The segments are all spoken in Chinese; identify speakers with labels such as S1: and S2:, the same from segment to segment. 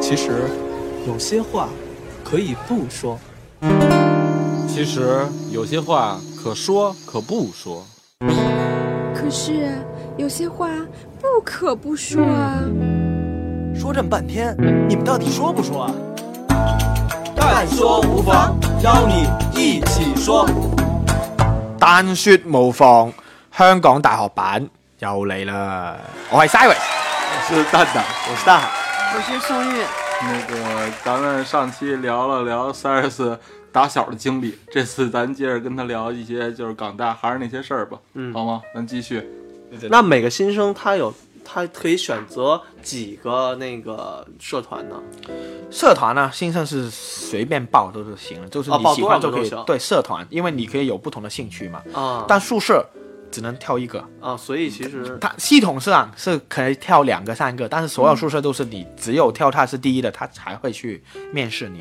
S1: 其实，有些话可以不说。
S2: 其实有些话可说可不说。
S3: 可是
S4: 啊
S3: 有些话不可不说啊。
S5: 嗯
S6: 说这么半天，你们到底说不说啊？
S7: 但说无妨，邀你一起说。
S5: 但説無妨，香港大學版又嚟啦！我係 Cyrus，
S8: 我是蛋蛋，
S9: 我是大海，
S4: 我是宋玉。
S2: 那个，咱们上期聊了聊 Cyrus 打小的经历，这次咱接着跟他聊一些就是港大还是那些事儿吧，嗯，好吗？咱继续。
S9: 那每个新生他有他可以选择几个那个社团呢？
S5: 社团呢、啊，新生是随便报都就行了，就是你喜欢就可以。
S9: 哦、
S5: 对社团，因为你可以有不同的兴趣嘛。
S9: 啊、嗯。
S5: 但宿舍只能挑一个
S9: 啊，所以其实
S5: 它系统上是可以挑两个、三个，但是所有宿舍都是你只有挑他是第一的，他才会去面试 你。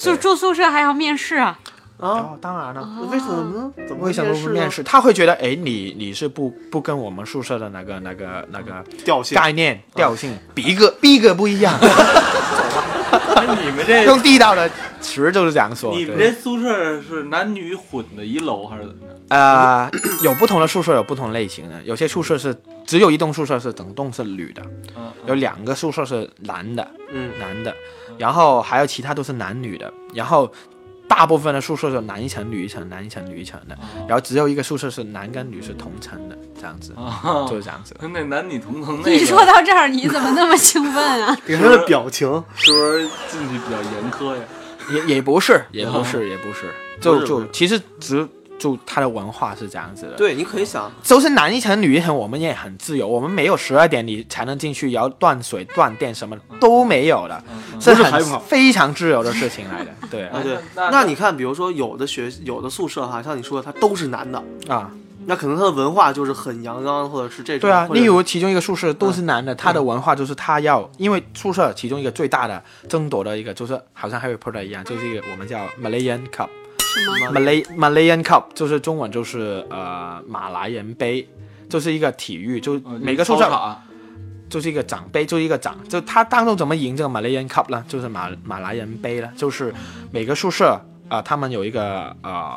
S4: 住住宿舍还要面试啊？
S5: 啊，当然了，
S9: 为什么呢？怎么
S5: 为什么不面试？他会觉得，哎，你你是不不跟我们宿舍的那个那个那个
S9: 嗯调性
S5: 概念调性，逼格逼格不一 样。
S9: 你们这
S5: 用地道的词就是这样说。
S2: 你们这宿舍是男女混的一楼还是怎么着？
S5: 呃，有不同的宿舍有不同类型的，有些宿舍是只有一栋宿舍是整栋是女的，
S2: 嗯
S5: 有两个宿舍是男的，
S9: 嗯，
S5: 男的，然后还有其他都是男女的，然后。大部分的宿舍是男一层女一层，男一层女一层的，然后只有一个宿舍是男跟女是同层的，这样
S9: 哦
S5: 子，
S2: 嗯
S5: 就是这样子。
S2: 那男女同层，
S4: 你说到这儿你怎么那么兴奋 啊？
S9: 给他的表情
S2: 是不是进去比较严苛呀？
S5: 也也不是，也不是，也不是，就就其实只就他的文化是这样子的。
S9: 对，你可以想，
S5: 都是男一层女一层，我们也很自由，我们没有十二点你才能进去，也要断水断电什么的都没有的。嗯这是嗯很非常自由的事情来的， 对
S9: 啊对。那你看，比如说有的学有的宿舍哈，像你说的，它都是男的
S5: 啊，
S9: 那可能他的文化就是很阳刚，或者是这种。
S5: 对啊，例如其中一个宿舍都是男的，他的文化就是他要，因为宿舍其中一个最大的争夺的一个就是好像 Harry Potter 一样，就是一个我们叫 Malayan Cup，
S4: 什
S5: 么 Malay Malayan Cup 就是中文就是呃马来人杯，就是一个体育，就每
S2: 嗯
S5: 个宿
S9: 哦
S5: 舍。就是一个奖杯，就是一个奖，就他当中怎么赢这个马来人 cup 呢？就是马马来人杯呢？就是每个宿舍啊、呃，他们有一个呃，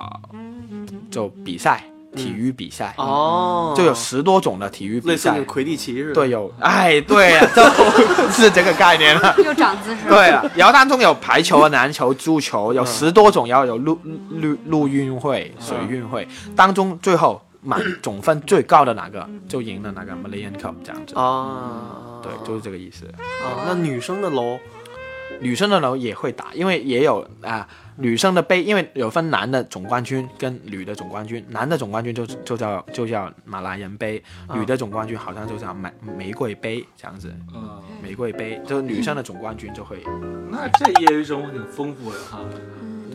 S5: 就比赛，体育比赛、
S9: 嗯、哦，
S5: 就有十多种的体育比赛，
S9: 类似魁地奇似的。
S5: 对，有，哎，对呀、啊，就是这个概念 了，
S4: 又长姿势。
S5: 对啊了，然后当中有排球啊、篮球、足球，有十多种，然后有陆陆陆运会、水运会，当中最后。满总分最高的哪个就赢了哪个 Malayan Cup 这样子
S9: 哦啊，
S5: 对，就是这个意思
S9: 啊。那女生的楼，
S5: 女生的楼也会打，因为也有啊、呃，女生的杯，因为有分男的总冠军跟女的总冠军，男的总冠军就就叫就叫马来人杯，女的总冠军好像就叫玫玫瑰杯这样子，
S2: 嗯，
S5: 玫瑰杯就是女生的总冠军就会。
S2: 那这业余生活挺丰富的哈，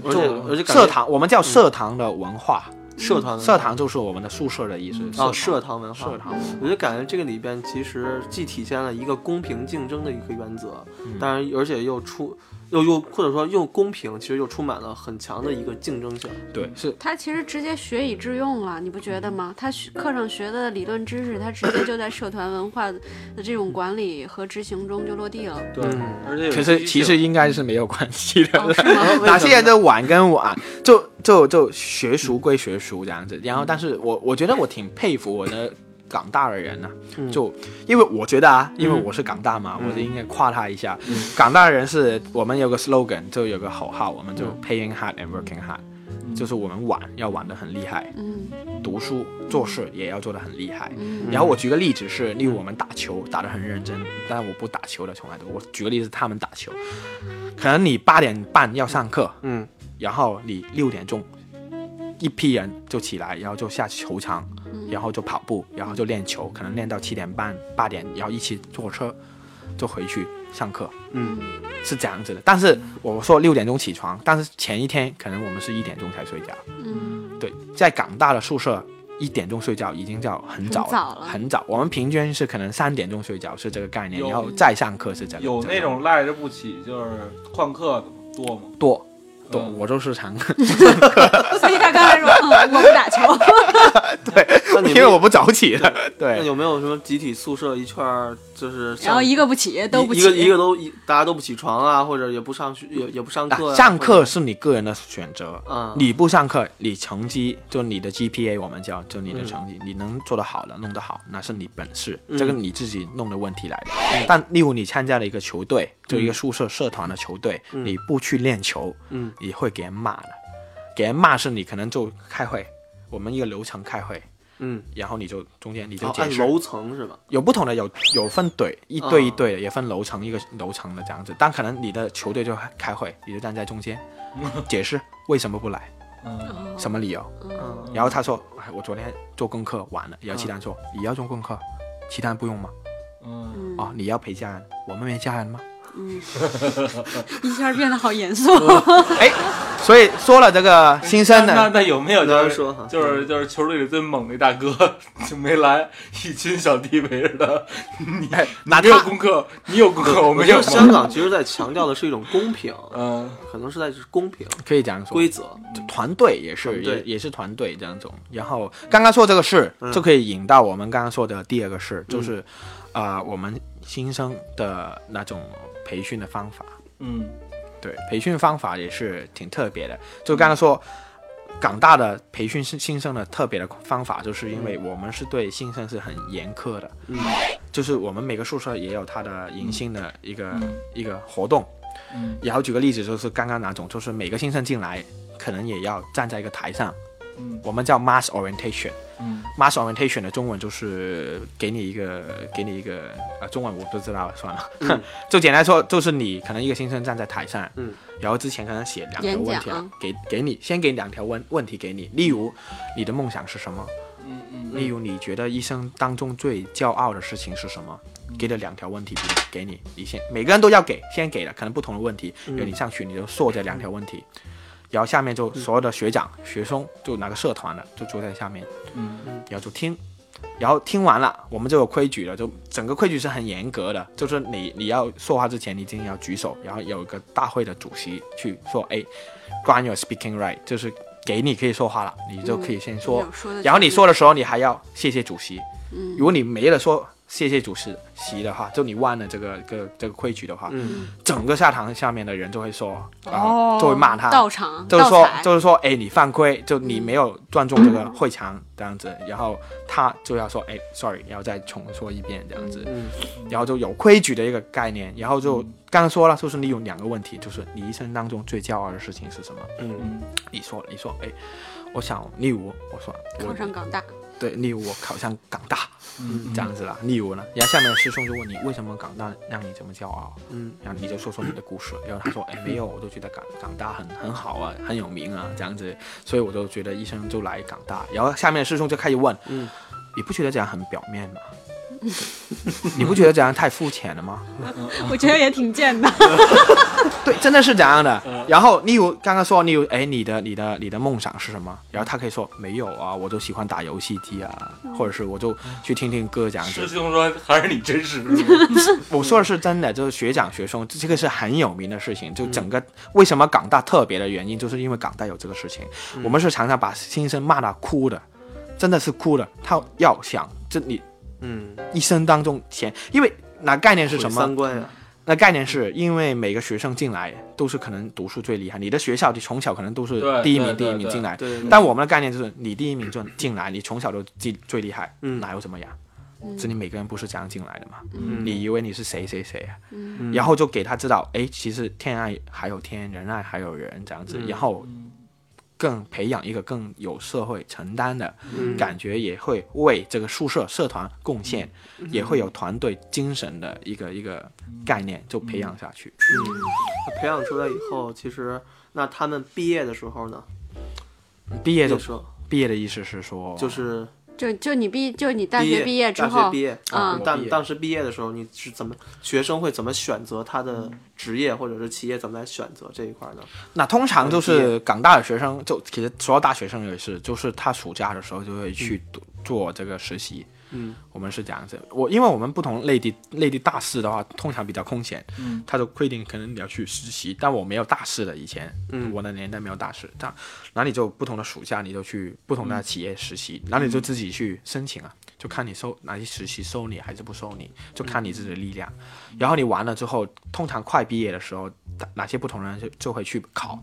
S9: 而且而且
S5: 社堂我们叫社堂的文化。
S9: 社团
S5: 社堂就是我们的宿舍的意思
S9: 啊，社堂文
S5: 化。社堂，
S9: 我就感觉这个里边其实既体现了一个公平竞争的一个原则，当然而且又出又又或者说又公平，其实又充满了很强的一个竞争性。
S5: 对，是。
S4: 他其实直接学以致用了，你不觉得吗？他课上学的理论知识，他直接就在社团文化的这种管理和执行中就落地了。
S2: 对，而且
S5: 其实其实应该是没有关系的，
S4: 哪
S5: 些人的晚跟晚就。就就学熟归学熟这样子，然后但是我我觉得我挺佩服我的港大的人呢、啊，就因为我觉得啊，因为我是港大嘛，
S9: 嗯、
S5: 我就应该夸他一下。嗯、港大人是我们有个 slogan，就有个口号，我们就 paying hard and working hard，、嗯、就是我们玩要玩的很厉害，
S4: 嗯
S5: 读书做事也要做的很厉害。然后我举个例子是，例如我们打球打得很认真，但我不打球的从来都。我举个例子，他们打球，可能你八点半要上课，
S9: 嗯。
S5: 然后你六点钟，一批人就起来，然后就下球场，然后就跑步，然后就练球，可能练到七点半、八点，然后一起坐车就回去上课。
S9: 嗯，
S5: 是这样子的。但是我说六点钟起床，但是前一天可能我们是一点钟才睡觉。
S4: 嗯，
S5: 对，在港大的宿舍一点钟睡觉已经叫很早
S4: 了，
S5: 很早。我们平均是可能三点钟睡觉是这个概念，然后再上课是这样。
S2: 有那种赖着不起就是旷课的多吗？
S5: 多。我就是常，
S4: 嗯 所以他刚才说我不打球。
S5: 对，
S9: 你
S5: 因为我不早起的。
S9: 那
S5: 对，
S9: 有没有什么集体宿舍一圈儿就是像，
S4: 然后一个不起，都不
S9: 一
S4: 起，
S9: 一个一个都一大家都不起床啊，或者也不上学，也也不上课、呀
S5: 啊上
S9: 或
S5: 课
S9: 者
S5: 是你个人的选择，
S9: 嗯
S5: 你不上课，你成绩就你的 GPA，我们叫就
S9: 嗯
S5: 你的成绩，你能做得好的，弄得好，那是你本事，这个你自己弄的问题来的。但例如你参加了一个球队，就一个宿舍社团的球队，你不去练球，
S9: 嗯，
S5: 你会给人骂的。给人骂是你可能就开会，我们一个流程开会，
S9: 嗯，
S5: 然后你就中间你就
S9: 然后
S5: 解
S9: 哦按
S5: 释。
S9: 楼层是吧？
S5: 有不同的，有有分队一队一队的，
S9: 嗯
S5: 也分楼层一个楼层的这样子。但可能你的球队就开会，你就站在中 间解释为什么不来，
S2: 嗯
S4: 嗯
S5: 什么理啊由。
S9: 嗯，
S5: 然后他说：“哎，我昨天做功课晚了。”然后其他人说：“你要做功课，其他人不用吗？
S2: 嗯，
S4: 嗯
S5: 啊，你要陪家人，我们没家人吗啊
S4: 一下变得好严肃。？”
S5: 哎，所以说了这个新生
S2: 那那
S5: 呢，
S2: 那有没有
S9: 那
S2: 就
S9: 人
S2: 是
S9: 说哈
S2: 就是就是球队里最猛的一大哥就没来，一群小弟围着他，你
S5: 哎那
S2: 你有
S5: 他
S2: 功课，你有功课，我
S9: 我
S2: 没
S9: 觉
S2: 有
S9: 得。香港其实在强调的是一种公平，
S2: 嗯，
S9: 可能是在是公平
S5: 可以这样说，
S9: 规则。
S5: 团队嗯也是
S9: 团队
S5: 也也是团队这样种。然后刚刚说这个事，就可以引到我们刚刚说的第二个事，就是啊、我们新生的那种培训的方法。
S2: 嗯，
S5: 对，培训方法也是挺特别的。就刚才说，港大的培训新新生的特别的方法，就是因为我们是对新生是很严苛的，嗯，就是我们每个宿舍也有它的迎新的一个、一个活动，
S2: 嗯，
S5: 然后举个例子，就是刚刚那种，就是每个新生进来，可能也要站在一个台上，
S2: 嗯，
S5: 我们叫 mass orientation，
S2: 嗯
S5: ，mass orientation 的中文就是给你一个给你一个呃，中文我不知道，算了， 就简单说，就是你可能一个新生站在台上，
S9: 嗯，
S5: 然后之前可能写两条
S4: 演
S5: 问
S4: 讲
S5: 题啊，给给你先给两条问问题给你，例如你的梦想是什么，
S2: 嗯嗯
S5: 例如你觉得一生当中最骄傲的事情是什么？给了两条问题给你，你先每个人都要给，先给了，可能不同的问题，有你上去你就说这两条问题，然后下面就所有的学长、学生就哪个社团的就坐在下面，
S2: 嗯，
S5: 然后就听，然后听完了，我们就有规矩了，就整个规矩是很严格的，就是你你要说话之前，你一定要举手，然后有一个大会的主席去说，哎，grant your speaking right，就是给你可以说话了，你就可以先说，
S4: 有说的
S5: 然后
S4: 权
S5: 你
S4: 利
S5: 说的时候，你还要谢谢主席。如果你没了说谢谢主席席的话，就你忘了这个这个这个规矩的话，整个下堂下面的人就会说，啊、
S4: 哦，
S5: 就会骂他，
S4: 到场，
S5: 就是
S4: 倒
S5: 说
S4: 彩
S5: 就是说，哎，你犯规，就你没有尊重这个会场这样子，然后他就要说，哎，sorry，然后再重说一遍这样子，然后就有规矩的一个概念，然后就刚刚说了，就是你有两个问题，就是你一生当中最骄傲的事情是什么？
S9: 嗯，
S5: 你说，你说，哎，我想，例如，我说，我
S4: 考上港大，
S5: 对，例如我考上港大，
S2: 嗯
S5: 这样子啦。例如呢，然后下面的师兄就问你为什么港大让你这么骄傲，啊
S9: 嗯，
S5: 然后你就说说你的故事。然后他说，哎，没有，我就觉得港港大很很好啊，很有名啊，这样子，所以我就觉得医生就来港大。然后下面的师兄就开始问，
S9: 嗯，
S5: 你不觉得这样很表面吗？ 你不觉得这样太肤浅了吗？
S4: 我觉得也挺贱的。
S5: 对，真的是这样的。然后例如刚刚说，例如哎，你的你的你的梦想是什么？然后他可以说没有啊，我就喜欢打游戏机啊，或者是我就去听听歌这样子
S2: 师。兄说还是你真实。是吧
S5: 我说的是真的，就是学长学生，这个是很有名的事情。就整个、为什么港大特别的原因，就是因为港大有这个事情。我们是常常把新生骂到哭的，真的是哭的。他要想这你
S9: 嗯，
S5: 一生当中前，因为那概念是什
S9: 毁
S5: 么嗯
S9: 三？观呀？
S5: 那概念是因为每个学生进来都是可能读书最厉害，你的学校你从小可能都是
S2: 对
S5: 第一名，第
S2: 对
S5: 一名进来
S9: 对对。对嗯
S5: 但我们的概念就是你第一名进进来，你从小都最最厉害，
S9: 嗯
S5: 哪有怎么样？是你每个人不是这样进来的嘛？
S9: 嗯
S5: 你以为你是谁谁谁啊？然后就给他知道，哎，其实天爱还有天，人爱还有人这样
S9: 嗯
S5: 子，然后更培养一个更有社会承担的
S9: 嗯
S5: 感觉，也会为这个宿舍社团贡献，
S9: 嗯
S5: 也会有团队精神的一个一个概念，就培养下去。
S9: 嗯培养出来以后，其实那他们毕业的时候呢，
S5: 毕业
S9: 那
S5: 就
S9: 时候
S5: 毕业的意思是说，
S9: 就是
S4: 就就你毕，就你大
S9: 毕
S4: 学
S9: 业
S4: 毕业之
S9: 大
S4: 后
S9: 学毕，业
S4: 啊
S5: 我毕
S9: 当
S5: 业
S9: 当时毕业的时候，你是怎么学生会怎么选择他的职业或者是企业怎么来选择这一块呢？
S5: 那通常就
S9: 毕
S5: 是港大的学生，就其实所有大学生也是，就是他暑假的时候就会去读做这个实习，
S9: 嗯
S5: 我们是这样子。我因为我们不同类的类的大四的话，通常比较空闲，
S2: 嗯，
S5: 他就规定可能你要去实习，但我没有大四的，以前，
S9: 嗯
S5: 我的年代没有大四，但那你就不同的暑假你就去不同
S9: 嗯
S5: 的企业实习，然后你就自己去申请啊，就看你收哪些实习收你还是不收你，就看你自己的力量。
S9: 嗯
S5: 然后你完了之后，通常快毕业的时候，哪哪些不同人就就会去考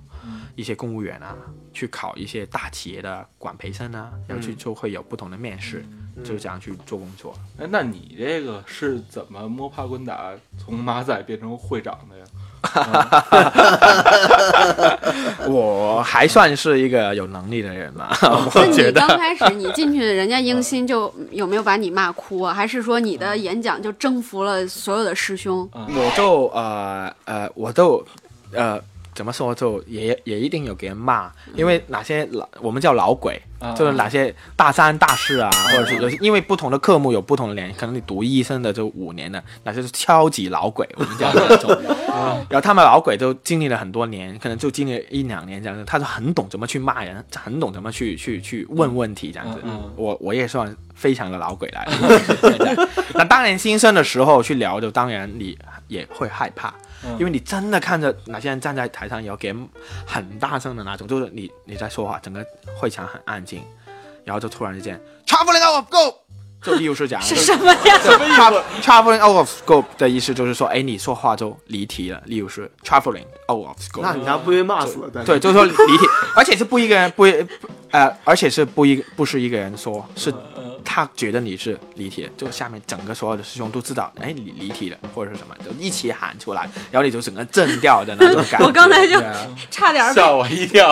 S5: 一些公务员啊，去考一些大企业的管培生啊，然后去就会有不同的面试，就这样去做工作。
S2: 哎，那你这个是怎么摸爬滚打从马仔变成会长的呀？
S5: 我还算是一个有能力的人啊吧，
S4: 那
S5: 我觉
S4: 你
S5: 得
S4: 刚开始你进去，人家英新就有没有把你骂哭啊？还是说你的演讲就征服了所有的师兄？
S5: 我就呃呃，我都呃怎么说，就也也一定有给人骂，因为哪些老我们叫老鬼，
S2: 啊
S5: 就是哪些大三、大四啊，或者是有些因为不同的科目有不同的年，可能你读医生的就五年的，哪些是超级老鬼，我们叫那种。然后他们老鬼都经历了很多年，可能就经历了一两年这样子，他就很懂怎么去骂人，很懂怎么去去去问问题这样子。
S2: 嗯嗯
S5: 我我也算非常的老鬼来了。 现在那当然新生的时候去聊，就当然你也会害怕。
S2: 嗯
S5: 因为你真的看着哪些人站在台上，也要给很大声的那种，就是你你在说话，整个会场很安静，然后就突然之间 traveling out of scope，就例如是讲是什么呀？traveling out of scope 的意思就是说，哎，你说话就离题了，例如是 traveling out of scope，
S9: 那你还不被骂死？但是
S5: 对，就是说离题，而且是不一个人不一呃，而且是不一不是一个人说，是
S9: 呃
S5: 他觉得你是离题的，就下面整个所有的师兄都知道，哎，你离题了或者是什么，就一起喊出来，然后你就整个震掉的那种感 觉。
S4: 我刚才就
S5: 对啊
S4: 差点儿被
S2: 吓我一跳！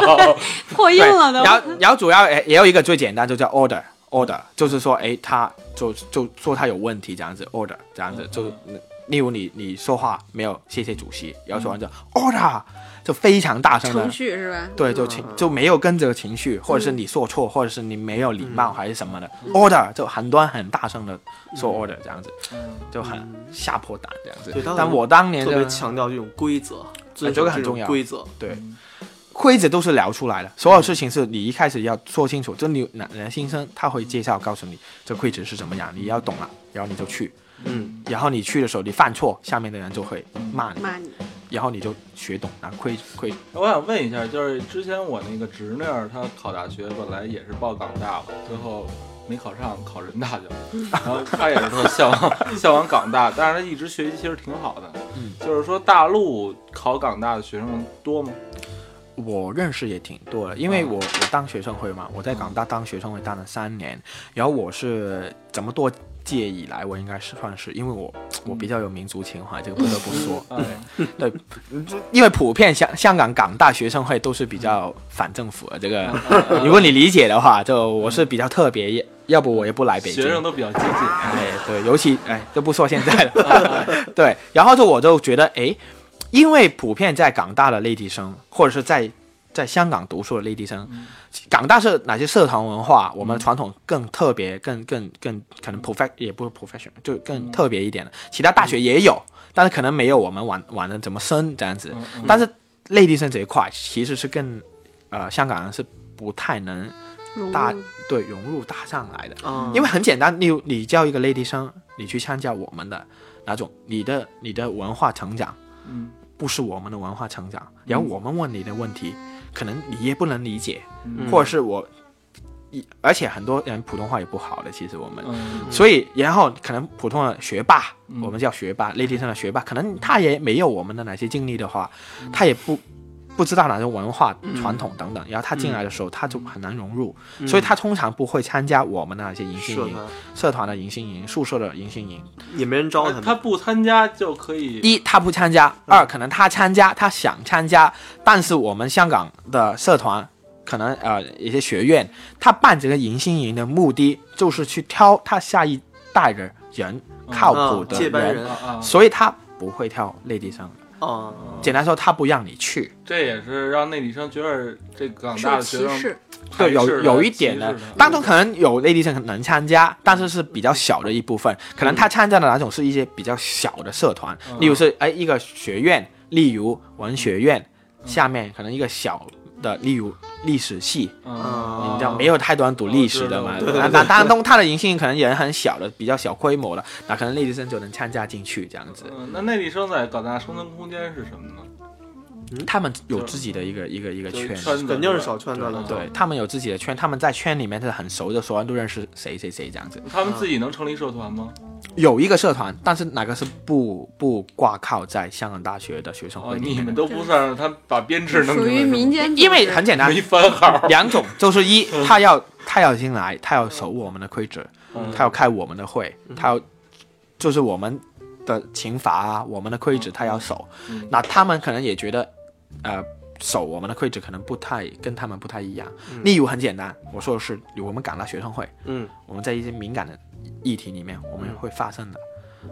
S4: 破音
S5: 对
S4: 了都。
S5: 然后然后主要呃也也有一个最简单，就叫 order。order 就是说，哎，他就就说他有问题这样子，order 这
S4: 嗯
S5: 样子，就例如你你说话没有谢谢主席，然后说完就 order，就非常大声 的
S4: 嗯程序是吧？
S5: 对，就情
S9: 嗯
S5: 就没有跟着情绪，或者是你说错，或者是你没有礼
S4: 嗯
S5: 貌还是什么的。order 就很多人很大声的说
S4: 嗯
S5: order 这样子，就很吓破胆这样子
S9: 对当。时
S5: 但我当年
S9: 特
S5: 就
S9: 别强调这种规则，遵
S5: 这
S9: 守
S5: 个
S9: 这
S5: 很重
S9: 种
S5: 要
S9: 规则。
S5: 对，规则都是聊出来的，所有事情是你一开始要说清楚。就你男男先生他会介绍告诉你这规则是怎么样，你要懂了，然后你就去。
S9: 嗯，
S5: 然后你去的时候你犯错，下面的人就会骂你，
S4: 骂你
S5: 然后你就学懂了规规
S2: 我想问一下，就是之前我那个侄女儿，她考大学本来也是报港大嘛，最后没考上，考人大去了。然后她也是说向往向往港大，但是她一直学习其实挺好的。
S5: 嗯
S2: 就是说大陆考港大的学生多吗？
S5: 我认识也挺多的，因为我我当学生会嘛，我在港大当学生会当了三年，然后我是这么多届以来，我应该是算是，因为我我比较有民族情怀，这个不得不说，
S2: 哎，
S5: 对，因为普遍香香港港大学生会都是比较反政府的，这个 如果你理解的话，就我是比较特别，要不我也不来北京
S2: 学。生都比较激进。
S5: 哎，对，尤其哎，就不说现在了。 对，然后就我就觉得，哎，因为普遍在港大的内地生，或者是在在香港读书的内地生，港大是哪些社团文化，我们传统更特别、更更更可能 profession 也不是 profession，就
S2: 嗯
S5: 更特别一点的。其他大学也有，但是可能没有我们玩玩的怎么深这样子。
S2: 嗯
S5: 但是内地生这一块其实是更呃，香港人是不太能
S4: 融
S5: 大
S4: 入
S5: 对融入搭上来的。
S2: 嗯
S9: 啊，
S5: 因为很简单，你你叫一个 lady 生，你去参加我们的哪种，你的你的文化成长，
S2: 嗯，
S5: 不是我们的文化成长，然后我们问你的问题，可能你也不能理解，
S2: 嗯
S5: 或者是我，一而且很多人普通话也不好的，其实我们，
S2: 嗯
S5: 所以然后可能普通的学霸，
S2: 嗯
S5: 我们叫学霸，lady 生的学霸，可能他也没有我们的哪些经历的话，他也不。不知道哪种文化传统等等，然后他进来的时候，他就很难融入，所以他通常不会参加我们的那些迎新
S9: 社
S5: 营，
S9: 团
S5: 社团的迎新营、宿舍的迎新营。
S9: 也没人招他
S2: 哎他
S9: 们。
S2: 不参加就可以。
S5: 一，他不参加；二，可能他参加，他想参加，但是我们香港的社团，可能呃一些学院，他办这个迎新营的目的就是去挑他下一代的人，靠谱
S9: 啊
S5: 的
S9: 接班
S5: 人，
S9: 人
S2: 嗯啊啊！
S5: 所以他不会挑内地生。
S2: 哦
S9: 啊，
S5: 简单说，他不让你去。
S2: 这也是让内地生觉得这港
S4: 受
S2: 大的学
S4: 歧
S2: 生
S4: 视，
S5: 对，
S2: 排
S5: 有
S2: 斥
S5: 有
S2: 的
S5: 一点的
S2: 歧视的，
S5: 当中可能有内地生能参加，但是是比较小的一部分。
S2: 嗯
S5: 可能他参加的哪种是一些比较小的社团，例如是哎
S2: 嗯
S5: 一个学院，例如文学院，下面可能一个小的，例如历史系，
S2: 嗯，
S5: 你知道没有太多人读历史的嘛
S2: 哦？对对
S5: 那
S2: 对
S5: 那当然，东它的银杏可能人很小的，比较小规模的，那可能内地生就能参加进去这样子。
S2: 嗯，那内地生在港大生存空间是什么呢？
S5: 他们有自己的一个一个一个
S2: 就是
S5: 圈，
S2: 圈子
S9: 肯定是小圈子了。
S2: 吧
S5: 对，他们有自己的圈，他们在圈里面是很熟的，所有人都认识谁谁谁这样子。
S2: 他们自己能成立社团吗？
S5: 有一个社团，但是哪个是不不挂靠在香港大学的学生
S2: 哦，
S5: 会里
S2: 你
S5: 面
S2: 们
S5: 的？
S2: 都不算是他把编制弄
S4: 属于民间组织，
S5: 因为很简单
S2: 没，嗯番号，
S5: 两种，就是一，他要他要进来，他要守我们的规则，
S9: 嗯
S2: 嗯
S5: 他要开我们的会，他要就是我们的刑罚啊，我们的规则他要守。
S2: 嗯
S5: 那他们可能也觉得，呃，守我们的规则可能不太跟他们不太一样。例如很简单，我说的是我们港大学生会，
S9: 嗯，
S5: 我们在一些敏感的议题里面，我们会发生的。
S9: 嗯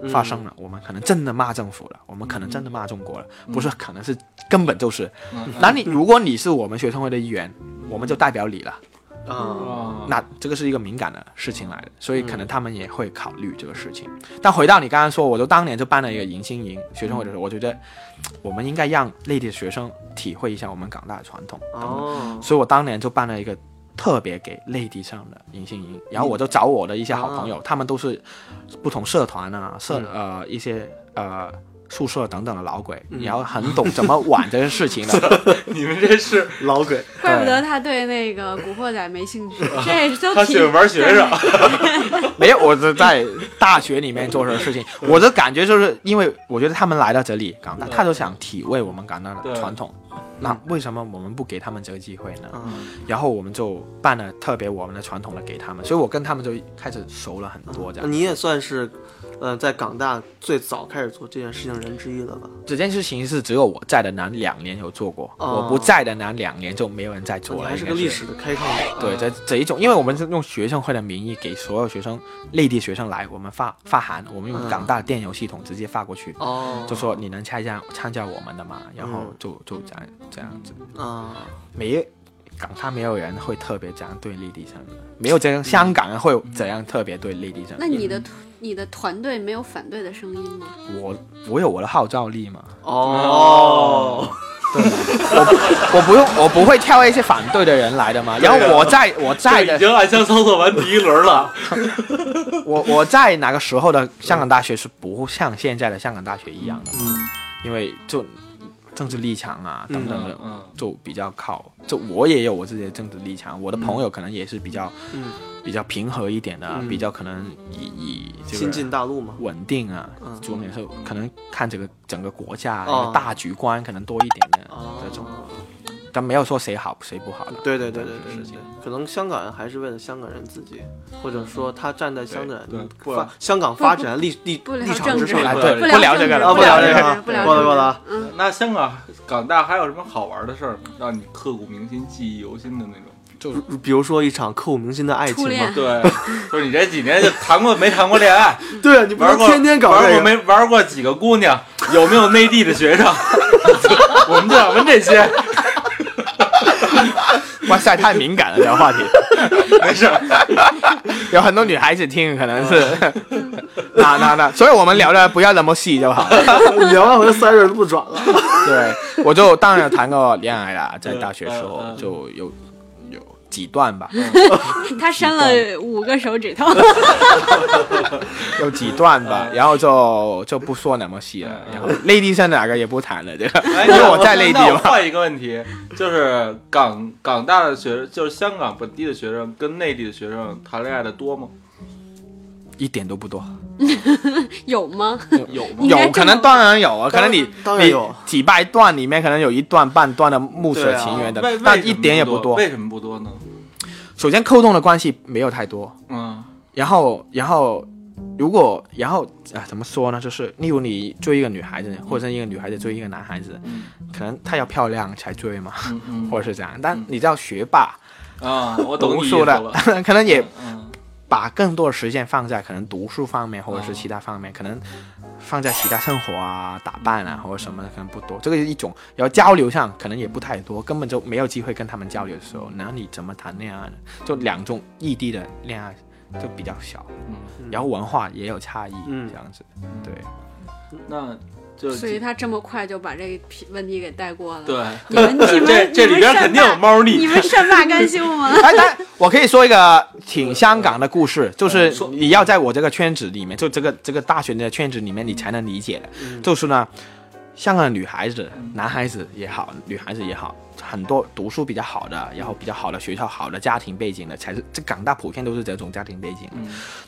S5: 发生了，我们可能真的骂政府了，我们可能真的骂中国了，
S9: 嗯
S5: 不是，可能是根本就是。那你如果你是我们学生会的一员，我们就代表你了。
S9: 啊，
S2: 啊，
S5: 那这个是一个敏感的事情来的，所以可能他们也会考虑这个事情。但回到你刚刚说，我就当年就办了一个迎新营学生会的时候，我觉得我们应该让内地的学生体会一下我们港大的传统。
S9: 哦，
S5: 所以我当年就办了一个特别给内地上的银杏营，然后我就找我的一些好朋友，他们都是不同社团啊、社、呃一些呃宿舍等等的老鬼，然后很懂怎么玩这件事情的。
S2: 你们这是
S9: 老鬼，
S4: 怪不得他对那个古惑仔没兴趣，这都
S2: 他
S4: 挺
S2: 喜欢玩学生，
S5: 没有，我是在大学里面做这个事情，我的感觉就是因为我觉得他们来到这里港大，他就想体味我们港大
S2: 对
S5: 的传统。那为什么我们不给他们这个机会呢？
S9: 嗯
S5: 然后我们就办了特别我们的传统的给他们，所以我跟他们就开始熟了很多这样。
S9: 你也算是，呃，在港大最早开始做这件事情人之一了吧？
S5: 这件事情是只有我在的那两年有做过，
S9: 哦
S5: 我不在的那两年就没有人再做
S9: 你
S5: 了。
S9: 还是
S5: 应该
S9: 个历史的开创者。啊
S5: 对这这一种，因为我们是用学生会的名义给所有学生，内地学生来，我们发发函，我们用
S9: 嗯
S5: 港大电邮系统直接发过去，
S9: 哦，
S5: 就说你能参加参加我们的嘛，然后
S9: 嗯
S5: 就就这样这样子，
S9: 啊，
S5: 没港大没有人会特别这样对内地生的，没有这样香港人会怎样特别对内地生
S4: 那。你的你的团队没有反对的声音吗？
S5: 我我有我的号召力嘛，
S9: 哦，
S5: 我不用我不会挑一些反对的人来的嘛，然后我在我在
S2: 这
S5: 的
S2: 已经暗箱操作完第一轮了。
S5: 我我在哪个时候的香港大学是不像现在的香港大学一样的，
S9: 嗯
S5: 因为就政治立场啊等等的，
S2: 嗯
S5: 就比较靠。就我也有我自己的政治立场，我的朋友可能也是比较
S9: 嗯，
S5: 比较平和一点的，啊
S9: 嗯
S5: 比较可能以以这
S9: 新进
S5: 个
S9: 大陆嘛，
S5: 稳定啊
S9: 嗯，
S5: 重点是可能看这个整个国家啊
S9: 哦
S5: 一个大局观可能多一点的
S9: 哦，
S5: 这种，但没有说谁好谁不好的。
S9: 对对对对
S5: 这种
S9: 对对
S5: 事情
S9: 对，可能香港人还是为了香港人自己，或者说他站在香港
S2: 对对
S9: 人
S2: 不
S9: 发香港发展立立
S4: 不聊
S9: 立场之
S4: 政治
S9: 上
S5: 哎，
S9: 来。
S5: 对，
S4: 不
S5: 聊
S4: 聊
S5: 这个
S4: 政治
S5: 了，
S9: 啊，
S5: 不
S9: 不
S5: 聊
S9: 聊
S5: 这
S9: 这
S5: 个
S9: 个
S5: 了。
S9: 了，
S4: 不聊
S9: 过了
S4: 政
S9: 过
S4: 治
S9: 了。
S4: 嗯，
S2: 那香港港大还有什么好玩的事儿，让你刻骨铭心、记忆犹新的那种？
S9: 比如说一场刻骨铭心的爱情
S4: 初恋
S9: 嘛，
S2: 对，就是你这几年就谈过没谈过恋爱，
S9: 对啊，你不
S2: 玩
S9: 能
S2: 过
S9: 天天搞
S2: 玩
S9: 这
S2: 过
S9: 个。
S2: 没玩过几个姑娘，有没有内地的学生？ 我们就想问这些，
S5: 哇塞，太敏感了，这个话题。
S2: 没事儿。
S5: 有很多女孩子听，可能是
S9: 嗯
S5: 那那那，所以我们聊的不要那么细就好。
S9: 聊完我就三人不转了。
S5: 对，我就当然有谈过恋爱啦，在大学时候
S2: 嗯嗯嗯
S5: 就有有几段吧，
S4: 他伸了五个手指头，
S5: 有几段吧，然后就就不说那么细了。然后内地生哪个也不谈了，这个，
S2: 哎，
S5: 因为我在内地
S2: 那我
S5: 嘛。
S2: 换一个问题，就是港港大的学，就是香港本地的学生跟内地的学生谈恋爱的多吗？
S5: 一点都不多，
S4: 有吗？
S2: 有吗？
S4: 应该
S5: 有可能
S4: 这么
S5: 当然有啊，可能你
S9: 当然当然
S5: 你
S9: 有
S5: 几百段里面可能有一段半段的木水
S9: 对啊
S5: 情缘的
S2: 为，为
S5: 但
S2: 什
S5: 一
S2: 么
S5: 点也
S2: 不
S5: 不多。
S2: 为什么不多呢？
S5: 首先，扣动的关系没有太多，
S2: 嗯
S5: 然后，然后，如果，然后啊，怎么说呢？就是，例如你追一个女孩子，
S2: 嗯
S5: 或者是一个女孩子追一个男孩子，可能她要漂亮才追嘛，
S2: 嗯嗯
S5: 或者是这样。但你知道，学霸、
S2: 啊，我懂
S5: 读
S2: 你意思
S5: 书
S2: 了
S5: 的。， 可能也
S2: 嗯
S5: 把更多的时间放在可能读书方面，或
S2: 哦
S5: 者是其他方面，可能放在其他生活啊、打扮啊或者什么的，可能不多。这个是一种，然后交流上可能也不太多，根本就没有机会跟他们交流的时候，然后你怎么谈恋爱呢？就两种异地的恋爱就比较小。
S2: 嗯，
S5: 然后文化也有差异，
S9: 嗯
S5: 这样子，对，
S2: 那就是
S4: 所以他这么快就把这个批问题给带过了。，
S2: 对，
S4: 你们你们
S2: 这这里边肯定有猫腻。
S4: 你们善罢甘休吗？
S5: 哎，但我可以说一个挺香港的故事，就是你要在我这个圈子里面，就这个这个大学的圈子里面，你才能理解的。就是呢，香港的女孩子、男孩子也好，女孩子也好，很多读书比较好的，然后比较好的学校、好的家庭背景的，才是这港大普遍都是这种家庭背景。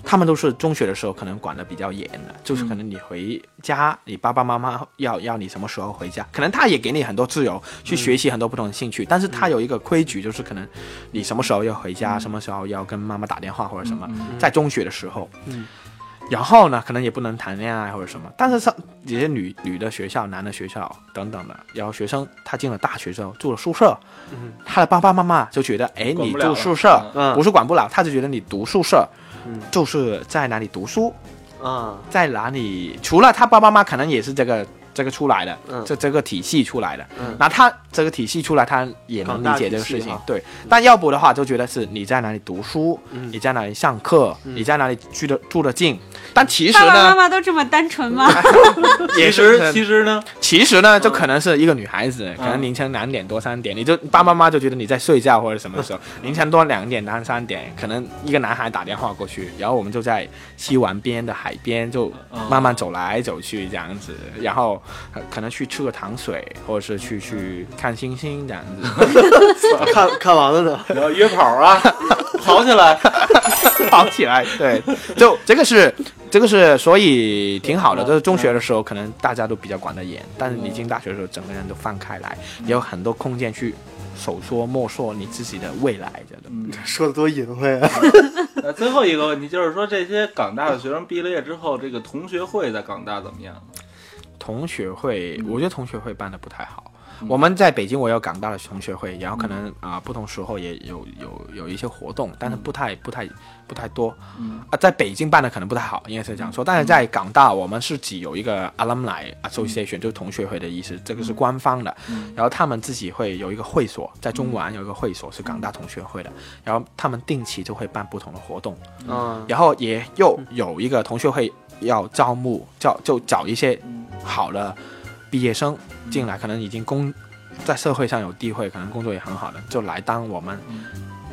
S5: 他们都是中学的时候可能管得比较严的，就是可能你回家，你爸爸妈妈要要你什么时候回家，可能他也给你很多自由去学习很多不同的兴趣，但是他有一个规矩，就是可能你什么时候要回家，什么时候要跟妈妈打电话或者什么，在中学的时候，然后呢，可能也不能谈恋爱或者什么，但是上这些女女的学校、男的学校等等的，然后学生他进了大学之后住了宿舍，他的爸爸妈妈就觉得，哎，
S2: 管
S5: 你
S2: 不了
S5: 住
S2: 了
S5: 宿舍
S9: 嗯
S5: 不是管不了，他就觉得你读宿舍。就是在哪里读书，
S9: 啊，
S5: 在哪里，除了他爸爸妈妈可能也是这个这个出来的，
S9: 嗯
S5: 这这个体系出来的，
S9: 嗯
S5: 那他这个体系出来，他也能
S9: 港
S5: 理
S9: 大
S5: 解
S9: 体
S5: 这个
S9: 系
S5: 事情
S9: 哈，
S5: 对。但要不的话，就觉得是你在哪里读书，
S9: 嗯
S5: 你在哪里上课，你在哪里住的住的近。但 其实
S4: 爸爸妈
S5: 呢，
S4: 妈都这么单纯吗？
S5: 也是
S2: 其实其实呢，
S5: 其实呢，就可能是一个女孩子，可能凌晨两点多三点，你就爸爸妈妈就觉得你在睡觉或者什么时候，凌晨多两点到三点，可能一个男孩打电话过去，然后我们就在西湾边的海边就慢慢走来走去这样子，然后呃可能去吃个糖水，或者是去去看星星这样子，
S9: 看看完了呢，
S2: 然后约跑啊， 跑起来。
S5: 跑起来，对，就这个是这个是，所以挺好的。就是中学的时候，可能大家都比较管得严，但是你进大学的时候，整个人都放开来，也有很多空间去手说摸索你自己的未来，觉得。
S9: 说的多隐晦啊！
S2: 嗯那最后一个问题就是说，这些港大的学生毕了业之后，这个同学会在港大怎么样？
S5: 同学会，
S2: 嗯
S5: 我觉得同学会办的不太好。我们在北京，我有港大的同学
S2: 嗯
S5: 会，然后可能啊、不同时候也有有有一些活动，但是不太不太不太多。
S2: 嗯
S5: 啊，在北京办的可能不太好，应该是这样说。但是在港大，我们是只有一个 alumni association，、就是同学会的意思，这个是官方的。
S2: 嗯
S5: 然后他们自己会有一个会所，在中环有一个会所是
S2: 嗯
S5: 港大同学会的，然后他们定期就会办不同的活动。
S9: 啊，
S5: 然后也又有一个同学会要招募，叫就找一些好的毕业生进来，可能已经工在社会上有地位，可能工作也很好的，就来当我们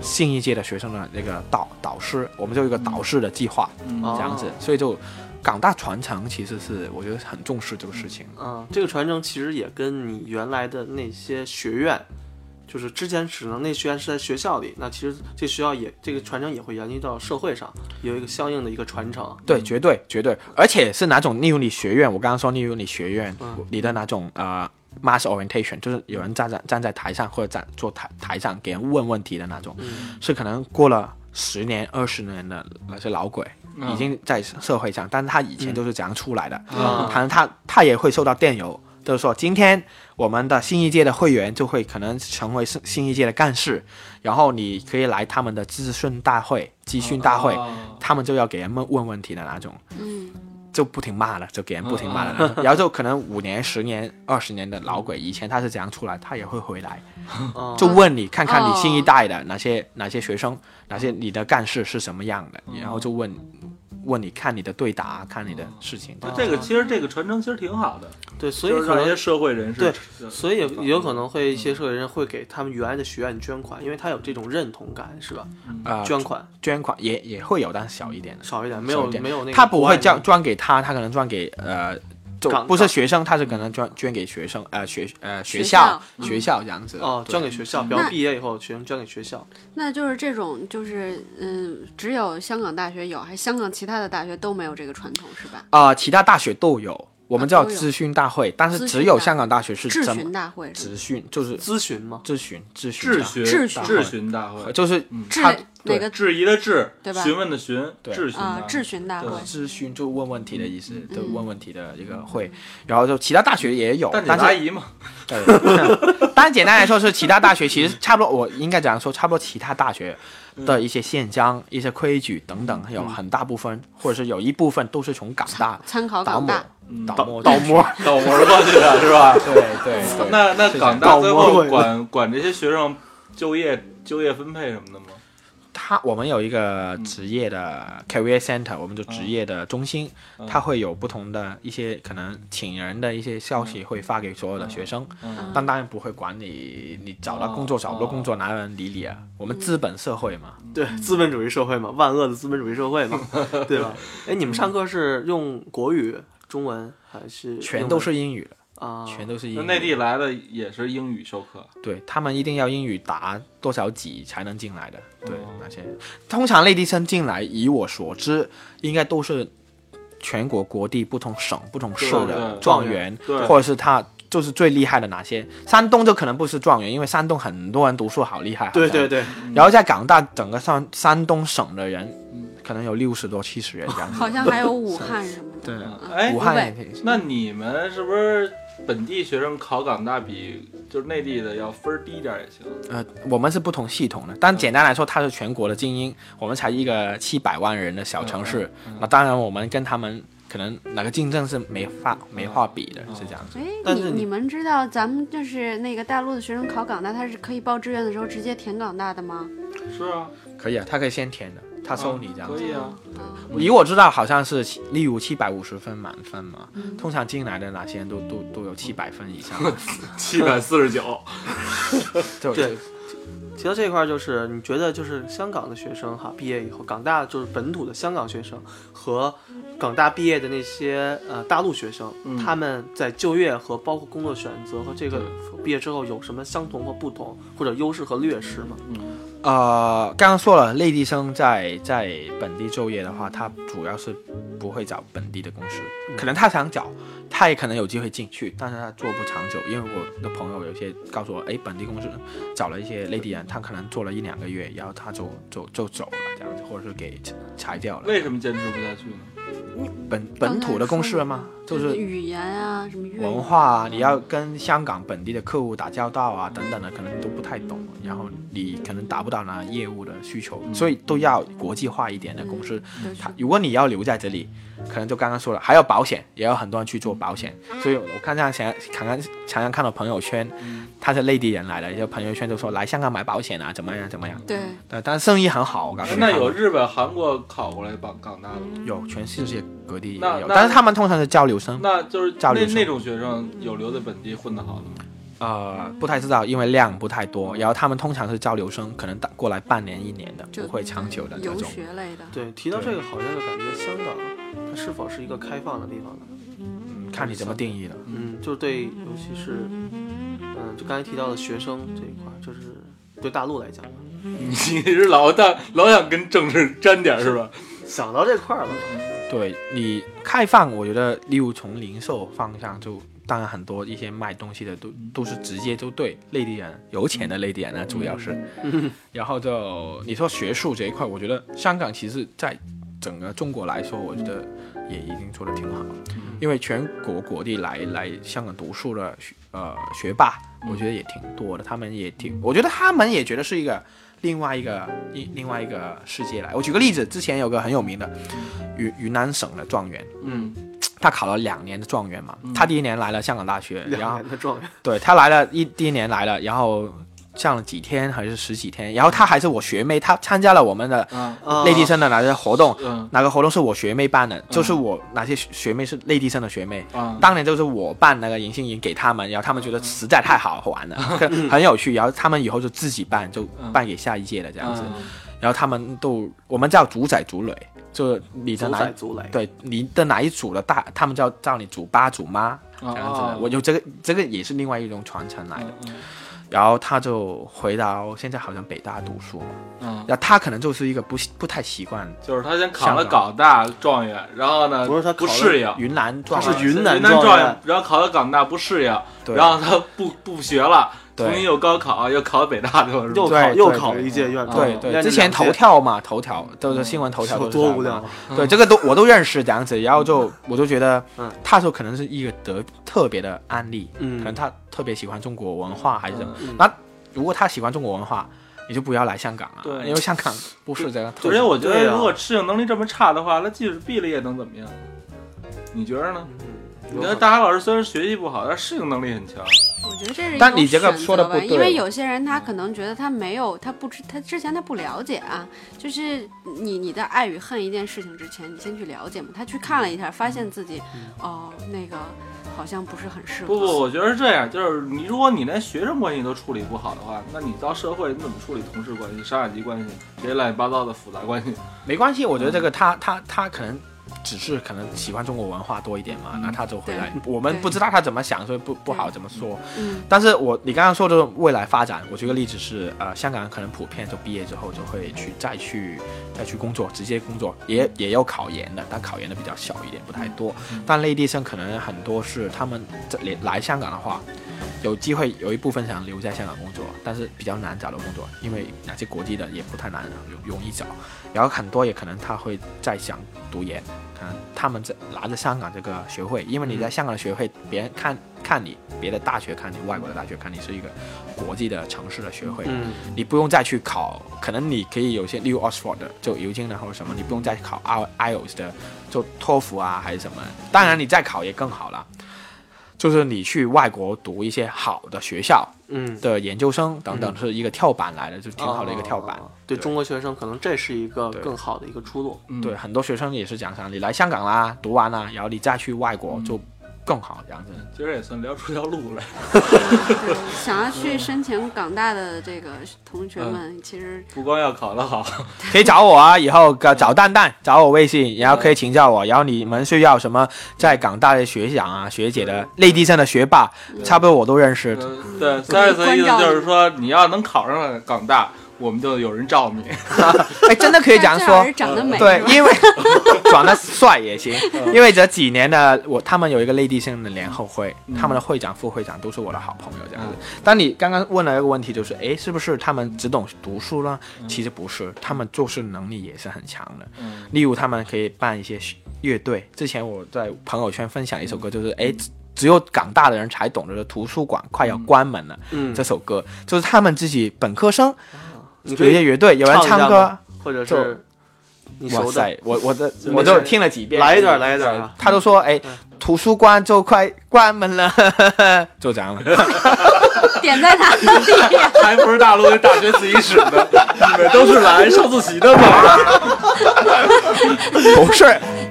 S5: 新一届的学生的那个导导师，我们就有一个导师的计划
S9: 哦
S5: 这样子，所以就港大传承其实是我觉得很重视这个事情。
S9: 啊，这个传承其实也跟你原来的那些学院，就是之前只能那学院是在学校里，那其实这学校也这个传承也会延续到社会上，有一个相应的一个传承。
S5: 对，绝对绝对，而且是哪种 New 理学院？我刚刚说 New 理学院，
S9: 嗯
S5: 你的哪种呃 mass orientation，就是有人站在站在台上或者站坐台台上给人问问题的那种，是可能过了十年二十年的那些老鬼，已经在社会上，但是他以前就是怎样出来的，
S9: 啊
S5: 可能他他也会受到电邮。就是说，今天我们的新一届的会员就会可能成为新新一届的干事，然后你可以来他们的咨询大会、咨询大会，
S2: 哦
S5: 他们就要给人们问问题的那种，
S4: 嗯，
S5: 就不停骂了，就给人不停骂
S9: 嗯
S5: 了那种。然后就可能五年、十年、二十年的老鬼，以前他是怎样出来，他也会回来，
S9: 啊，
S5: 就问你看看你
S4: 哦
S5: 新一代的哪些哪些学
S9: 哦
S5: 生，哪些你的干事是什么样的，然后就问问你看你的对答，看你的事情。
S9: 哦
S2: 那这个其实这个传承其实挺好的，
S9: 对，啊所以
S2: 就是
S9: 可
S2: 让一些
S9: 能。
S2: 社会人士
S9: 对
S2: 知道，啊
S9: 所以也有可能会一些社会人会给他们原来的学院捐款，因为他有这种认同感，是吧？
S5: 呃，
S9: 捐款
S5: 捐款也也会有，但是小一点的。
S9: 少一点，没有
S5: 一点
S9: 没有那个
S5: 他不
S9: 国外
S5: 会
S9: 的
S5: 捐捐给他，他可能捐给呃，就
S9: 港
S5: 不是
S9: 港
S5: 学生，他是可能捐捐给学生呃学呃学
S4: 学校
S5: 校学校这样子
S9: 哦，
S5: 对
S9: 捐给学校，比
S4: 那
S9: 如毕业以后学生捐给学校，
S4: 那就是这种，就是嗯，只有香港大学有，还香港其他的大学都没有这个传统，是吧？
S5: 啊，其他大学都有，我们
S4: 啊
S5: 叫
S4: 都有
S5: 咨询大会，但是
S4: 咨
S5: 只
S4: 询
S5: 有
S4: 大
S5: 香港大学是
S4: 质
S5: 真
S4: 询大会是吧
S5: 咨询就是
S9: 咨询嘛，
S5: 咨询咨询
S2: 质
S5: 大
S2: 询嗯
S4: 质询
S2: 质询大会，
S5: 就是
S4: 质
S5: 他
S4: 哪
S5: 对
S4: 个
S2: 质疑的质，
S4: 对吧
S2: 询问的询，
S5: 对
S2: 质询
S4: 啊？
S2: 大
S4: 质
S2: 会。
S4: 询大会
S2: 对
S5: 咨询就问问题的意思，
S4: 嗯
S5: 就问问题的一个会，然后就其他大学也有，
S2: 但你
S5: 但
S2: 阿
S5: 是
S2: 姨嘛，
S5: 对， 当然简单来说是其他大学其实差不多，我应该讲说差不多其他大学的一些宪章、一些规矩等等，有很大部分或者是有一部分都是从港大
S4: 参考
S5: 倒
S4: 港
S5: 模
S4: 大，
S5: 倒模倒模，
S2: 倒模过去的是吧？
S5: 对对对。
S2: 那那港大
S9: 倒模
S2: 最后
S9: 会
S2: 管管这些学生就业就业分配什么的吗？
S5: 他我们有一个职业的 career center，我们就职业的中心，它会有不同的一些可能请人的一些消息会发给所有的学生，但当然不会管你你找到工作找不到工作，哪有人理你啊？我们资本社会嘛，
S9: 对，资本主义社 会嘛，万恶的资本主义社会嘛，对吧？哎，你们上课是用国语、中文还是
S5: 嗯全都是英语的，
S9: 英文啊？
S5: 全都是英
S2: 那
S5: 语。
S2: 内地来的也是英语授课，
S5: 对他们一定要英语达多少级才能进来的？对，那些通常内地生进来，以我所知，应该都是全国各地不同省、不同市
S2: 对对
S5: 的
S2: 对
S5: 状元，
S2: 对
S5: 或者是他就是最厉害的哪些。山东就可能不是状元，因为山东很多人读书好厉害。
S9: 对对对，
S5: 对。然后在港大整个上山东省的人，可能有六十多、七十人这样子。
S4: 好像还有武汉什么的。
S5: 对
S4: 嗯
S2: 哎
S5: 武汉也挺
S2: 那你们是不是本地学生考港大比就是内地的要分儿低点儿也行？
S5: 呃，我们是不同系统的，但简单来说，它是全国的精英，我们才一个七百万人的小城市，那当然我们跟他们可能哪个竞争是没法没话比的，是这样子。
S4: 哎，
S9: 但
S4: 你
S9: 是你
S4: 你们知道咱们就是那个大陆的学生考港大，他是可以报志愿的时候直接填港大的吗？
S2: 是啊，
S5: 可以啊，他可以先填的，他收你这样
S2: 可
S5: 子。
S2: 以 啊，
S5: 以我知道，好像是七例如七百五十分满分嘛，通常进来的哪些人都都都有七百分以上，
S2: 七百四十九，
S5: 就
S9: 对提到这一块，就是你觉得就是香港的学生哈，毕业以后，港大就是本土的香港学生和港大毕业的那些呃大陆学生，
S2: 嗯
S9: 他们在就业和包括工作选择和这个
S2: 对
S9: 毕业之后有什么相同或不同，或者优势和劣势吗？
S5: 呃，刚刚说了，内地生在在本地就业的话，他主要是不会找本地的公司，可能他想找，他也可能有机会进去，但是他做不长久。因为我的朋友有些告诉我，哎，本地公司找了一些内地人，他可能做了一两个月，然后他就就就走了，这样子，或者是给裁掉了。
S2: 为什么坚持不下去呢？
S5: 本本土的公司了吗？就
S4: 刚才说
S5: 是
S4: 的语言啊，什么粤语
S5: 文化啊，你要跟香港本地的客户打交道啊，等等的，可能你都不太懂，然后你可能达不到那业务的需求，
S2: 嗯
S5: 所以都要国际化一点的公司。
S4: 嗯
S5: 它如果你要留在这里，可能就刚刚说了，还有保险，也有很多人去做保险，
S2: 嗯
S5: 所以我看上想常常常常看到朋友圈，
S2: 嗯
S5: 他是内地人来的，有朋友圈就说来香港买保险啊，怎么样怎么样，
S4: 对，
S5: 但但生意很好，我告诉
S2: 哎
S5: 你。
S2: 那有日本、韩国考过来港港大的吗？
S5: 有全世界各地也
S2: 那
S5: 有，
S2: 那
S5: 但是他们通常是交流生。
S2: 那就是
S5: 交流
S2: 那
S5: 生
S2: 那种学生有留在本地混得好的吗？
S5: 呃，不太知道，因为量不太多。然后他们通常是交流生，可能打过来半年一年的，
S4: 就嗯
S5: 不会长久的那
S4: 游
S5: 种。
S4: 学类的。
S9: 对，提到这个，好像就感觉香港它是否是一个开放的地方呢？
S5: 嗯看你怎么定义了。
S9: 嗯，就是对，尤其是嗯，就刚才提到的学生这一块儿，就是对大陆来讲吧，
S2: 你是老大老想跟政治沾点儿是吧？
S9: 想到这块儿了，
S5: 对你开放，我觉得，例如从零售方向就。当然，很多一些卖东西的都都是直接就对内地人，有钱的内地人呢，主要是。然后就你说学术这一块，我觉得香港其实在整个中国来说，我觉得也已经做得挺好了。
S9: 嗯
S5: 因为全国各地来来香港读书的学呃学霸，
S9: 嗯
S5: 我觉得也挺多的，他们也挺，我觉得他们也觉得是一个另外一个一另外一个世界来。我举个例子，之前有个很有名的云云南省的状元，
S2: 嗯，
S5: 他考了两年的状元嘛，他第一年来了香港大学，然
S9: 嗯两
S5: 后
S9: 年的状元，
S5: 对他来了一第一年来了，然后上了几天还是十几天，然后他还是我学妹，他参加了我们的
S2: 啊，
S9: 啊
S5: 内地生的哪些活动，
S2: 嗯
S5: 哪个活动是我学妹办的，就是我哪些学学妹是内地生的学妹，
S2: 啊，
S5: 当年就是我办那个迎新营给他们，然后他们觉得实在太好玩了，很有趣，然后他们以后就自己办，就办给下一届的这样子，
S2: 嗯
S5: 然后他们都我们叫主宰主垒，就是你的
S9: 足
S5: 哪
S9: 仔足雷，
S5: 对你的哪一组的大，他们叫叫你祖爸祖妈这样子
S2: 哦
S5: 的，我就这个这个也是另外一种传承来的
S2: 嗯嗯。
S5: 然后他就回到现在好像北大读书嘛，
S2: 嗯，
S5: 然后他可能就是一个不不太习惯
S2: 就是他先考了港大状元，然后呢，
S9: 啊不是他考
S2: 不
S9: 了
S2: 适应，
S5: 云南状
S9: 他
S5: 元
S9: 是云南
S2: 云南
S9: 状
S2: 元
S9: 元，
S2: 然后考到港大不适应，
S5: 对
S2: 然后他不不学了，
S5: 对
S2: 重新又高考，又考北大去了，是吧
S9: 又
S5: 对
S9: 考又
S5: 对
S9: 考了
S5: 对啊
S9: 一届院长，
S2: 哦
S5: 对
S9: 院
S5: 对，
S9: 长
S5: 之前头
S9: 两届
S5: 条嘛，头条
S2: 嗯
S5: 就是新闻头条都
S9: 有
S5: 是这
S9: 多
S5: 样
S9: 无
S5: 的
S9: 聊啊，
S5: 对，这个都我都认识这样子，然后就我就觉得
S9: 嗯，
S5: 他就可能是一个得特别的案例，
S9: 嗯
S5: 可能他特别喜欢中国文化还是
S2: 嗯
S5: 什么。那如果他喜欢中国文化，你就不要来香港啊，
S2: 对
S5: 因为香港不是这样。
S2: 而且我觉
S9: 对
S2: 得，
S9: 啊
S2: 嗯如果适应能力这么差的话，那即使毕了业能怎么样？你觉得呢？你看大海老师虽然学习不好，但适应能力很强。
S4: 我觉得这是一
S5: 但
S4: 种
S5: 你这个
S4: 选择
S5: 说得不
S4: 吧
S5: 对嗯
S4: 因为有些人他可能觉得他没有，他不知他之前他不了解啊，就是你你的爱与恨一件事情之前，你先去了解嘛。他去看了一下，发现自己
S5: 嗯
S4: 哦那个好像不是很适合。
S2: 不不，我觉得是这样，就是你如果你连学生关系都处理不好的话，那你到社会你怎么处理同事关系、上下级关系这些乱七八糟的复杂关系？
S5: 没关系，我觉得这个他他他可能只是可能喜欢中国文化多一点嘛，那他就回来。我们不知道他怎么想，所以不不好怎么说。
S4: 嗯
S5: 但是我你刚刚说的未来发展，我举个例子是，呃，香港人可能普遍就毕业之后就会去再去再去工作，直接工作，也也有考研的，但考研的比较少一点，不太多。但内地生可能很多是他们这里来香港的话，有机会有一部分想留在香港工作，但是比较难找到工作，因为那些国际的也不太难容容易找。然后很多也可能他会在想读研，可能他们在拿着香港这个学会，因为
S9: 嗯
S5: 你在香港的学会，别人看看你，别的大学看你，外国的大学看你是一个国际的城市的学会，
S9: 嗯，
S5: 你不用再去考，可能你可以有些例如 Oxford 的就牛津的或者什么，你不用再考 I IELTS 的就托福啊还是什么，当然你再考也更好了，就是你去外国读一些好的学校
S9: 嗯，
S5: 的研究生等等，是一个跳板来的，就挺好的一个跳板。
S9: 哦对中国学生可能这是一个
S5: 对
S9: 更好的一个出路。
S2: 嗯
S5: 对，，很多学生也是讲啥，你来香港啦，读完啦，然后你再去外国
S2: 嗯
S5: 就更好，这样子。
S2: 其实也算聊出条路来。
S4: 对想要去申请港大的这个同学
S5: 嗯
S4: 们，其实
S2: 不光要考得 好，
S5: 可以找我啊，以后呃找蛋蛋，找我微信，然后可以请教我。然后你们需要什么在港大的学长啊、学姐的内地生的学霸，差不多我都认识。
S2: 嗯对，三十岁意思就是说，你要能考上港大，我们就有人罩你。
S5: 哎，真的可以这样
S4: 但最好
S5: 说
S4: 是。长得美，
S5: 对
S4: 是，吧
S5: 因为长得帅也行，
S9: 嗯
S5: 因为这几年呢，我他们有一个内地生的联后会，
S9: 嗯
S5: 他们的会长、副会长都是我的好朋友这样子。当你刚刚问了一个问题，就是诶，是不是他们只懂读书呢？
S9: 嗯
S5: 其实不是，他们做事能力也是很强的。
S2: 嗯
S5: 例如他们可以办一些乐队。之前我在朋友圈分享一首歌，就是诶，只只有港大的人才懂得的图书馆快要关门了、
S9: 嗯嗯
S5: 这，首歌，就是他们自己本科生
S9: 你
S5: 有一些乐队，有人
S9: 唱一
S5: 唱
S9: 下
S5: 歌
S9: 吗。或者
S5: 就是
S9: 你
S5: 哇
S9: 熟的
S5: 塞，我我的
S9: 就
S5: 我
S9: 没事
S5: 就听了几遍，
S9: 来一段来一段啊
S5: 他都说哎，图书馆就快关门了， 就这样了。
S4: 点在哪里？
S2: 还不是大陆的大学自习室的，你们都是来上自习的吗？
S5: 不是，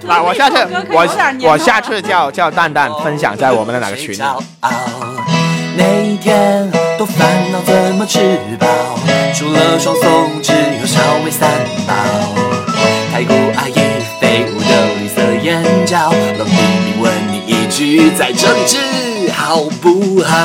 S5: 那我下次
S4: 这首歌可有点年
S5: 我
S4: 头了
S5: 我下次叫叫蛋蛋
S9: 哦
S5: 分享在我们的哪个群
S7: 谁
S5: 里。
S7: 骄傲？每天都烦恼怎么吃饱，除了双松只有稍微三宝。排骨阿姨飞舞的绿色眼角，冷冰冰问你一句，在争执好不好？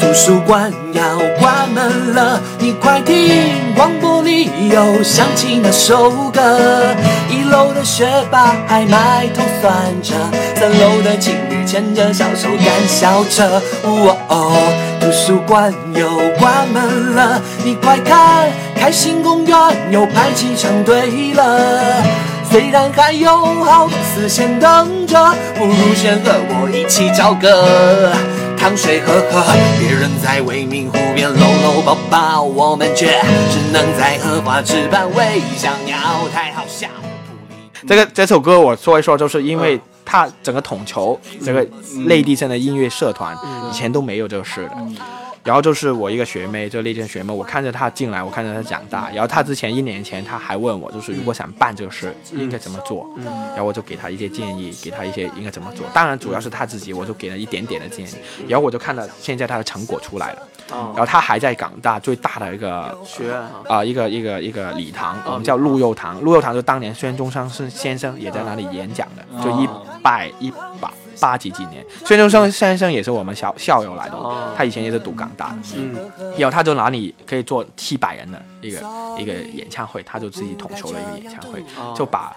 S7: 图书馆要关门了，你快听，广播里又响起那首歌。一楼的学霸还埋头算着，三楼的情侣牵着小手赶校车。哦哦，图书馆又关门了，你快看，开心公园又排起长队了。虽然还有好多丝线等着，不如先和我一起找个糖水喝喝。别人在未名湖边搂搂抱抱，我们却只能在荷花池畔微笑，鸟太好笑。不理
S5: 这个这首歌我说一说，就是因为它整个统筹整个内地生的音乐社团以前都没有这个事的。然后就是我一个学妹，就内地的学妹，我看着她进来，我看着她长大。然后她之前一年前，她还问我，就是如果想办这个事，应该怎么做？然后我就给她一些建议，给她一些应该怎么做。当然主要是她自己，我就给了一点点的建议。然后我就看到现在她的成果出来了。然后她还在港大最大的一个
S9: 学院哈，
S5: 啊、一个一个一个礼堂，我们叫陆佑堂。陆佑堂就当年孙中山是先生也在那里演讲的，就一
S9: 哦
S5: 百一百八几几年。孙中山先生也是我们校校友来的，
S9: 哦
S5: 他以前也是读港大的，
S9: 嗯，
S5: 然后他就哪里可以做七百人的一个一个演唱会，他就自己统筹了一个演唱会，
S9: 哦
S5: 就把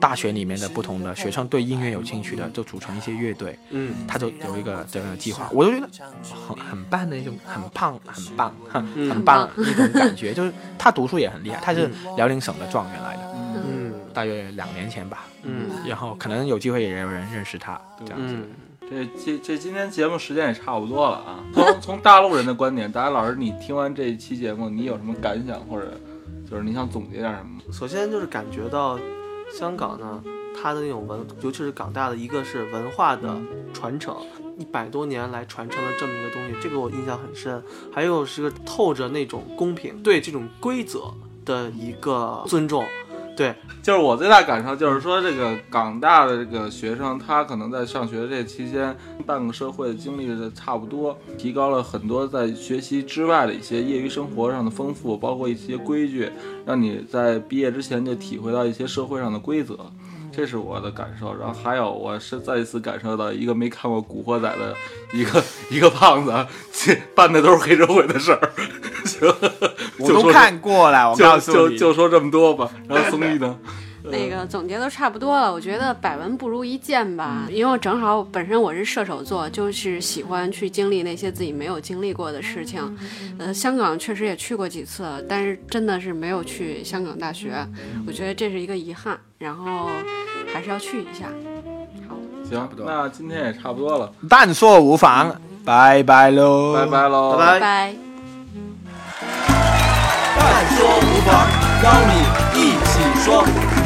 S5: 大学里面的不同的学生对音乐有兴趣的，就组成一些乐队，
S9: 嗯，
S5: 他就有一个这个计划，我就觉得很很棒的一种，很棒，很棒，很很棒的一种感 觉，就是他读书也很厉害，他是辽宁省的状元来的，
S9: 嗯
S5: 大约两年前吧，
S9: 嗯
S5: 然后可能有机会也有人认识他，这样子。
S9: 嗯，
S2: 这这这今天节目时间也差不多了啊。从 从大陆人的观点，大家老师，你听完这一期节目，你有什么感想，或者就是你想总结点什么吗？
S9: 首先就是感觉到香港呢，它的那种文，尤其是港大的，一个是啊文化的传承，一百多年来传承的这么一个东西，这个我印象很深。还有是个透着那种公平，对这种规则的一个尊重。对，
S2: 就是我最大感受就是说，这个港大的这个学生，他可能在上学这期间，半个社会经历的差不多，提高了很多在学习之外的一些业余生活上的丰富，包括一些规矩，让你在毕业之前就体会到一些社会上的规则。这是我的感受，然后还有我是再一次感受到一个没看过《古惑仔》的一个一个胖子，这办的都是黑社会的事儿。 行，
S5: 我
S2: 就
S5: 都
S2: 说
S5: 看过了，我
S2: 就
S5: 告诉
S2: 就
S5: 你，
S2: 就说这么多吧。然后松玉呢？
S4: 那个总结都差不多了，我觉得百闻不如一见吧，
S5: 嗯
S4: 因为我正好本身我是射手座，就是喜欢去经历那些自己没有经历过的事情。
S5: 嗯
S4: 呃，香港确实也去过几次，但是真的是没有去香港大学，我觉得这是一个遗憾，然后还是要去一下。好，
S2: 行
S5: 不，多
S2: 那今天也差不多了，
S5: 但说无妨，拜拜喽，
S2: 拜拜喽，
S9: 拜拜
S5: 哎
S4: 拜拜。
S7: 但说无妨，邀你一起说。